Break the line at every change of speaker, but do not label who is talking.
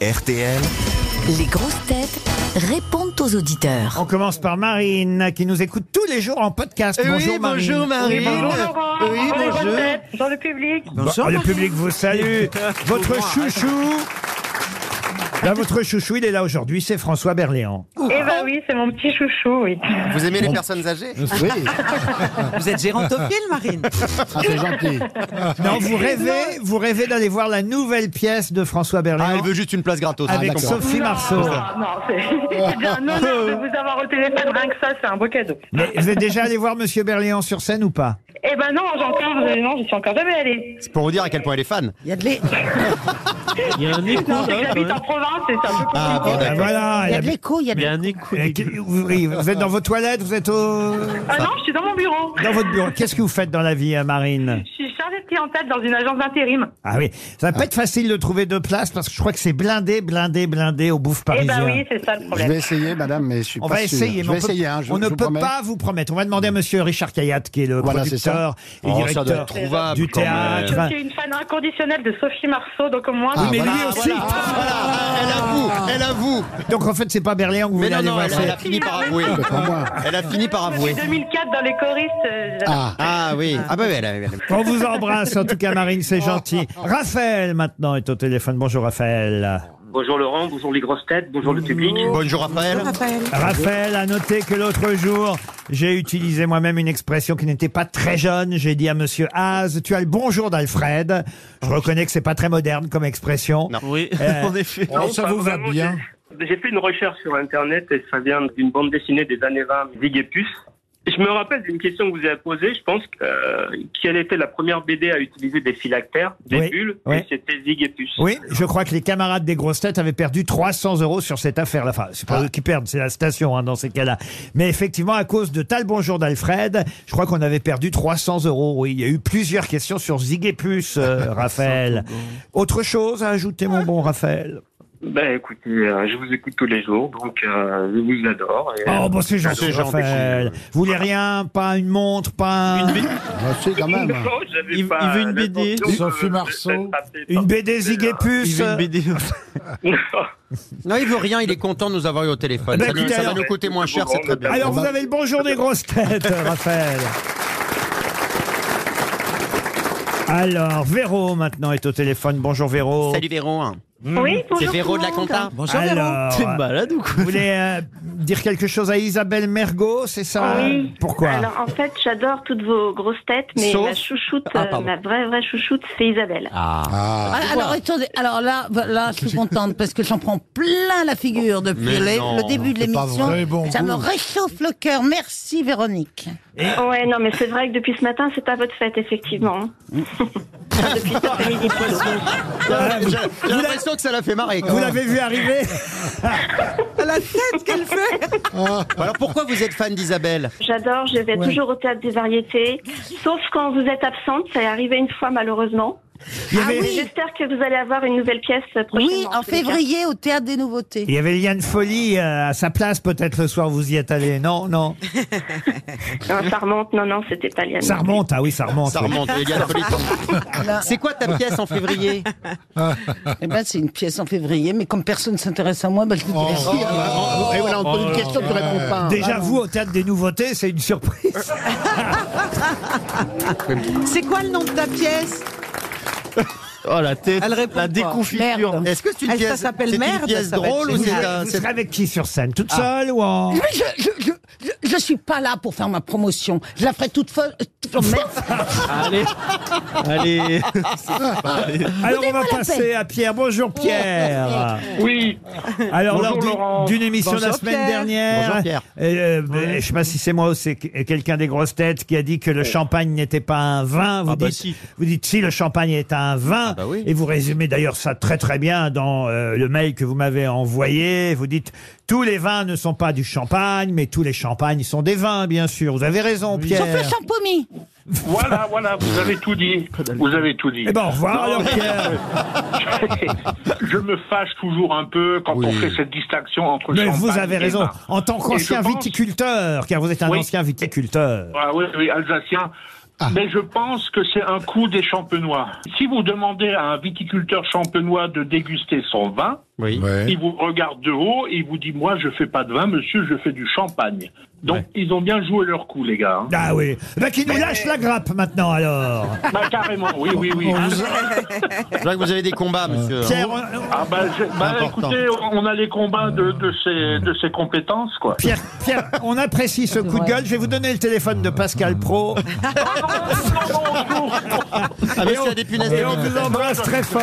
RTL.
Les grosses têtes répondent aux auditeurs.
On commence par Marine, qui nous écoute tous les jours en podcast.
Eh oui,
bonjour Marine.
bonjour, Marine.
Bonjour
Oui,
Laurent,
bonjour.
bonjour les grosses têtes, dans le public.
Bon, le public vous salue. votre chouchou. Là, votre chouchou, il est là aujourd'hui, c'est François Berléand.
Eh ben oui, c'est mon petit chouchou, oui.
Vous aimez les personnes âgées
Vous êtes gérantophile, Marine Ah,
Non, vous rêvez, vous rêvez d'aller voir la nouvelle pièce de François
Ah,
Berléand
elle veut juste une place gratos.
avec Sophie Marceau.
Ah, non, c'est c'est déjà un honneur de vous avoir au téléphone, rien que ça, c'est un beau cadeau.
Mais vous êtes déjà allé voir Monsieur Berléand sur scène ou pas
Eh ben non, j'ai encore, non, j'y suis encore jamais allée.
C'est pour vous dire à quel point elle est fan.
Il y a de l'é-
Il y a un écho
Non, c'est que
là.
j'habite en province et c'est un peu compliqué.
Ah, Voilà.
il y a
elle
de
a-
l'écho, il y a de
Il y a
l'écho.
un écho.
elle a- vous, vous êtes dans vos toilettes, vous êtes au,
Ah non, je suis dans mon bureau.
dans votre bureau. Qu'est-ce que vous faites dans la vie, hein, Marine
Je suis chargée de clientèle dans une agence d'intérim.
Ah oui, ça va pas être facile de trouver deux places parce que je crois que c'est blindé, blindé, blindé au bouffe
Eh
parisien.
ben oui, c'est ça le
Je vais
problème.
essayer, madame, mais je suis
On
pas
va
sûr.
essayer,
Je
mais
vais
on, peut-
essayer, hein, je-
on
je
ne
vous
peut
promets.
pas vous promettre. On va demander à Monsieur Richard Cayatte, qui est le
Voilà, c'est
producteur
Oh,
et
ça doit
directeur
être trouvable
du
quand même.
théâtre.
Je suis une fan inconditionnelle de Sophie Marceau, donc au moins.
Oui, mais
voilà,
Ah,
lui aussi.
Elle avoue, elle avoue.
Donc en fait, c'est pas Berléand que vous
Mais
voulez
non, non,
aller voir. Ah,
elle,
c'est-
elle a fini par avouer.
Pour moi.
Elle a fini par avouer.
Depuis 2004 dans les choristes. euh,
Ah,
Ah oui. Ah bah oui, elle a- elle a-
On vous embrasse, en tout cas, Marine, c'est gentil. Raphaël, maintenant, est au téléphone. Bonjour, Raphaël.
Bonjour Laurent, bonjour les grosses têtes, bonjour le public.
Bonjour Raphaël.
Raphaël.
Raphaël a noté que l'autre jour, j'ai utilisé moi-même une expression qui n'était pas très jeune. J'ai dit à Monsieur Haas, tu as le bonjour d'Alfred. Je reconnais que c'est pas très moderne comme expression.
Non.
Oui,
Euh,
en effet.
Non, pas vraiment, j'ai- J'ai fait une recherche sur Internet et ça vient d'une bande dessinée des années 20, Zig et Puce. Et Je me rappelle d'une question que vous avez posée, je pense, que, euh, quelle était la première BD à utiliser des phylactères, des
Oui,
bulles,
oui.
et c'était Zig et Puce.
Oui, je crois que les camarades des grosses têtes avaient perdu 300 euros sur cette affaire. Enfin, c'est pas eux qui perdent, c'est la station hein, dans ces cas-là. Mais effectivement, à cause de tal bonjour d'Alfred, je crois qu'on avait perdu 300 euros. Oui, il y a eu plusieurs questions sur Zigépus, euh, Raphaël. Autre chose à ajouter, mon bon Raphaël
Ben écoutez, euh, je vous écoute tous les jours, donc euh, je vous adore. et, euh,
Oh, bon, c'est gentil,
Euh, c'est gentil.
Raphaël. Vous voulez rien Pas une montre Pas un-
Une BD,
bah, si, quand
Non,
même.
j'avais
Il-
pas
il veut une BD.
l'intention de-
Sophie
de- de
Marceau.
d'être frappé
une
par-
Euh,
BD
il
Zigépus
veut une BD.
Non.
Non, il veut rien, il est content de nous avoir eu au téléphone.
Bah,
ça, nous-
écoutez,
ça va
alors-
nous coûter moins cher, c'est très bien.
Alors, vous avez le bonjour des grosses têtes, Raphaël. Alors, Véro, maintenant, est au téléphone. Bonjour, Véro.
Salut Véron.
Oui,
C'est
bonjour.
Véro de la compta.
Bonjour, Véron.
Alors,
T'es malade ou quoi
vous voulez euh, dire quelque chose à Isabelle Mergot, c'est ça
Oui.
Ah, Pourquoi
Alors en fait, j'adore toutes vos grosses têtes, mais
Sauf-
ma chouchoute,
Ah,
euh,
pardon.
ma vraie vraie chouchoute, c'est Isabelle.
Ah,
Ah, alors, attendez, alors là, là, je suis contente parce que j'en prends plein la figure depuis
Mais
le,
non,
le début de
c'est pas
l'émission.
vrai, bon
ça me
goût.
réchauffe le cœur. Merci, Véronique.
Ouais, non, mais c'est vrai que depuis ce matin, c'est pas votre fête, effectivement. depuis cet après-midi, plutôt.
Ah,
J'ai j'ai l'impression que ça l'a fait marrer. quand
Vous
même.
l'avez vu arriver
La tête qu'elle fait.
Alors pourquoi vous êtes fan d'Isabelle
J'adore, je vais toujours au théâtre des variétés, sauf quand vous êtes absente, ça est arrivé une fois malheureusement.
il y,
Ah
avait,
Mais
oui.
J'espère que vous allez avoir une nouvelle pièce prochainement.
Oui, en
hein.
tous les cas.
février au Théâtre des Nouveautés.
il y avait Liane Folie euh, à sa place, peut-être le soir, vous y êtes allé. Non, non.
Non, ça remonte, non, non, c'était pas Liane.
Ça remonte, ah oui, ça remonte.
Ça
oui.
remonte, les gars, folie. C'est quoi ta pièce en février
Eh ben, c'est une pièce en février, mais comme personne ne s'intéresse à moi, ben, je
Oh.
vais te laisse.
Et voilà, on pose une question, tu réponds
Ah,
pas. hein.
Déjà, vous, au théâtre des nouveautés, c'est une surprise.
C'est quoi le nom de ta pièce
Oh la tête,
Elle répond
la
pas.
déconfiture.
Merde.
Est-ce que c'est une
Elle, ça
pièce,
s'appelle
c'est une
Merde,
pièce
ça va être
drôle ou c'est
génial.
un-
Vous
euh, c'est-
serez avec qui sur scène Toute seule ou en...
Mais je, je, je, je, je suis pas là pour faire ma promotion. Je la ferai toute folle. toute- Merde.
Allez, allez.
Alors on va
Donnez-moi la
passer à Pierre. Bonjour Pierre.
Oui,
Alors
Bonjour,
lors du-
Laurent.
d'une émission
Bonjour,
la semaine
Pierre.
dernière,
Bonjour, Pierre.
euh, euh, je sais pas si c'est moi ou c'est que- quelqu'un des grosses têtes qui a dit que le champagne n'était pas un vin. Vous
Ah bah
dites,
si.
vous dites si le champagne est un vin.
bah oui.
Et vous résumez d'ailleurs ça très très bien dans euh, le mail que vous m'avez envoyé. Vous dites tous les vins ne sont pas du champagne, mais tous les champagnes sont des vins, bien sûr. Vous avez raison, Pierre.
Sauf le champomis.
voilà, voilà, vous avez tout dit. Vous avez tout dit.
Eh ben au revoir alors Pierre.
je me fâche toujours un peu quand
Oui.
on fait cette distinction entre
Mais
champagne
vous avez
et
raison.
vin.
En tant
Et je
qu'ancien
pense-
viticulteur, car vous êtes un
Oui.
ancien viticulteur.
Ah oui, oui, alsacien. Mais je pense que c'est un coup des champenois. Si vous demandez à un viticulteur champenois de déguster son vin,
Oui.
il vous regarde de haut et il vous dit Moi, je fais pas de vin, monsieur, je fais du champagne. Donc, ils ont bien joué leur coup, les gars. hein.
Ah oui. Bah, qui nous lâche la grappe maintenant, alors.
Bah, carrément, oui, oui, oui.
Je vois que vous avez des combats, monsieur.
Pierre, on-
Ah, bah, je- bah,
Important.
écoutez, on a les combats de, de, ces, de ces compétences, quoi.
Pierre, Pierre, on apprécie ce coup de gueule. Je vais vous donner le téléphone de Pascal Pro.
Ah, mais s'il y a des punaises
Et
de
on
lit.
vous embrasse très fort.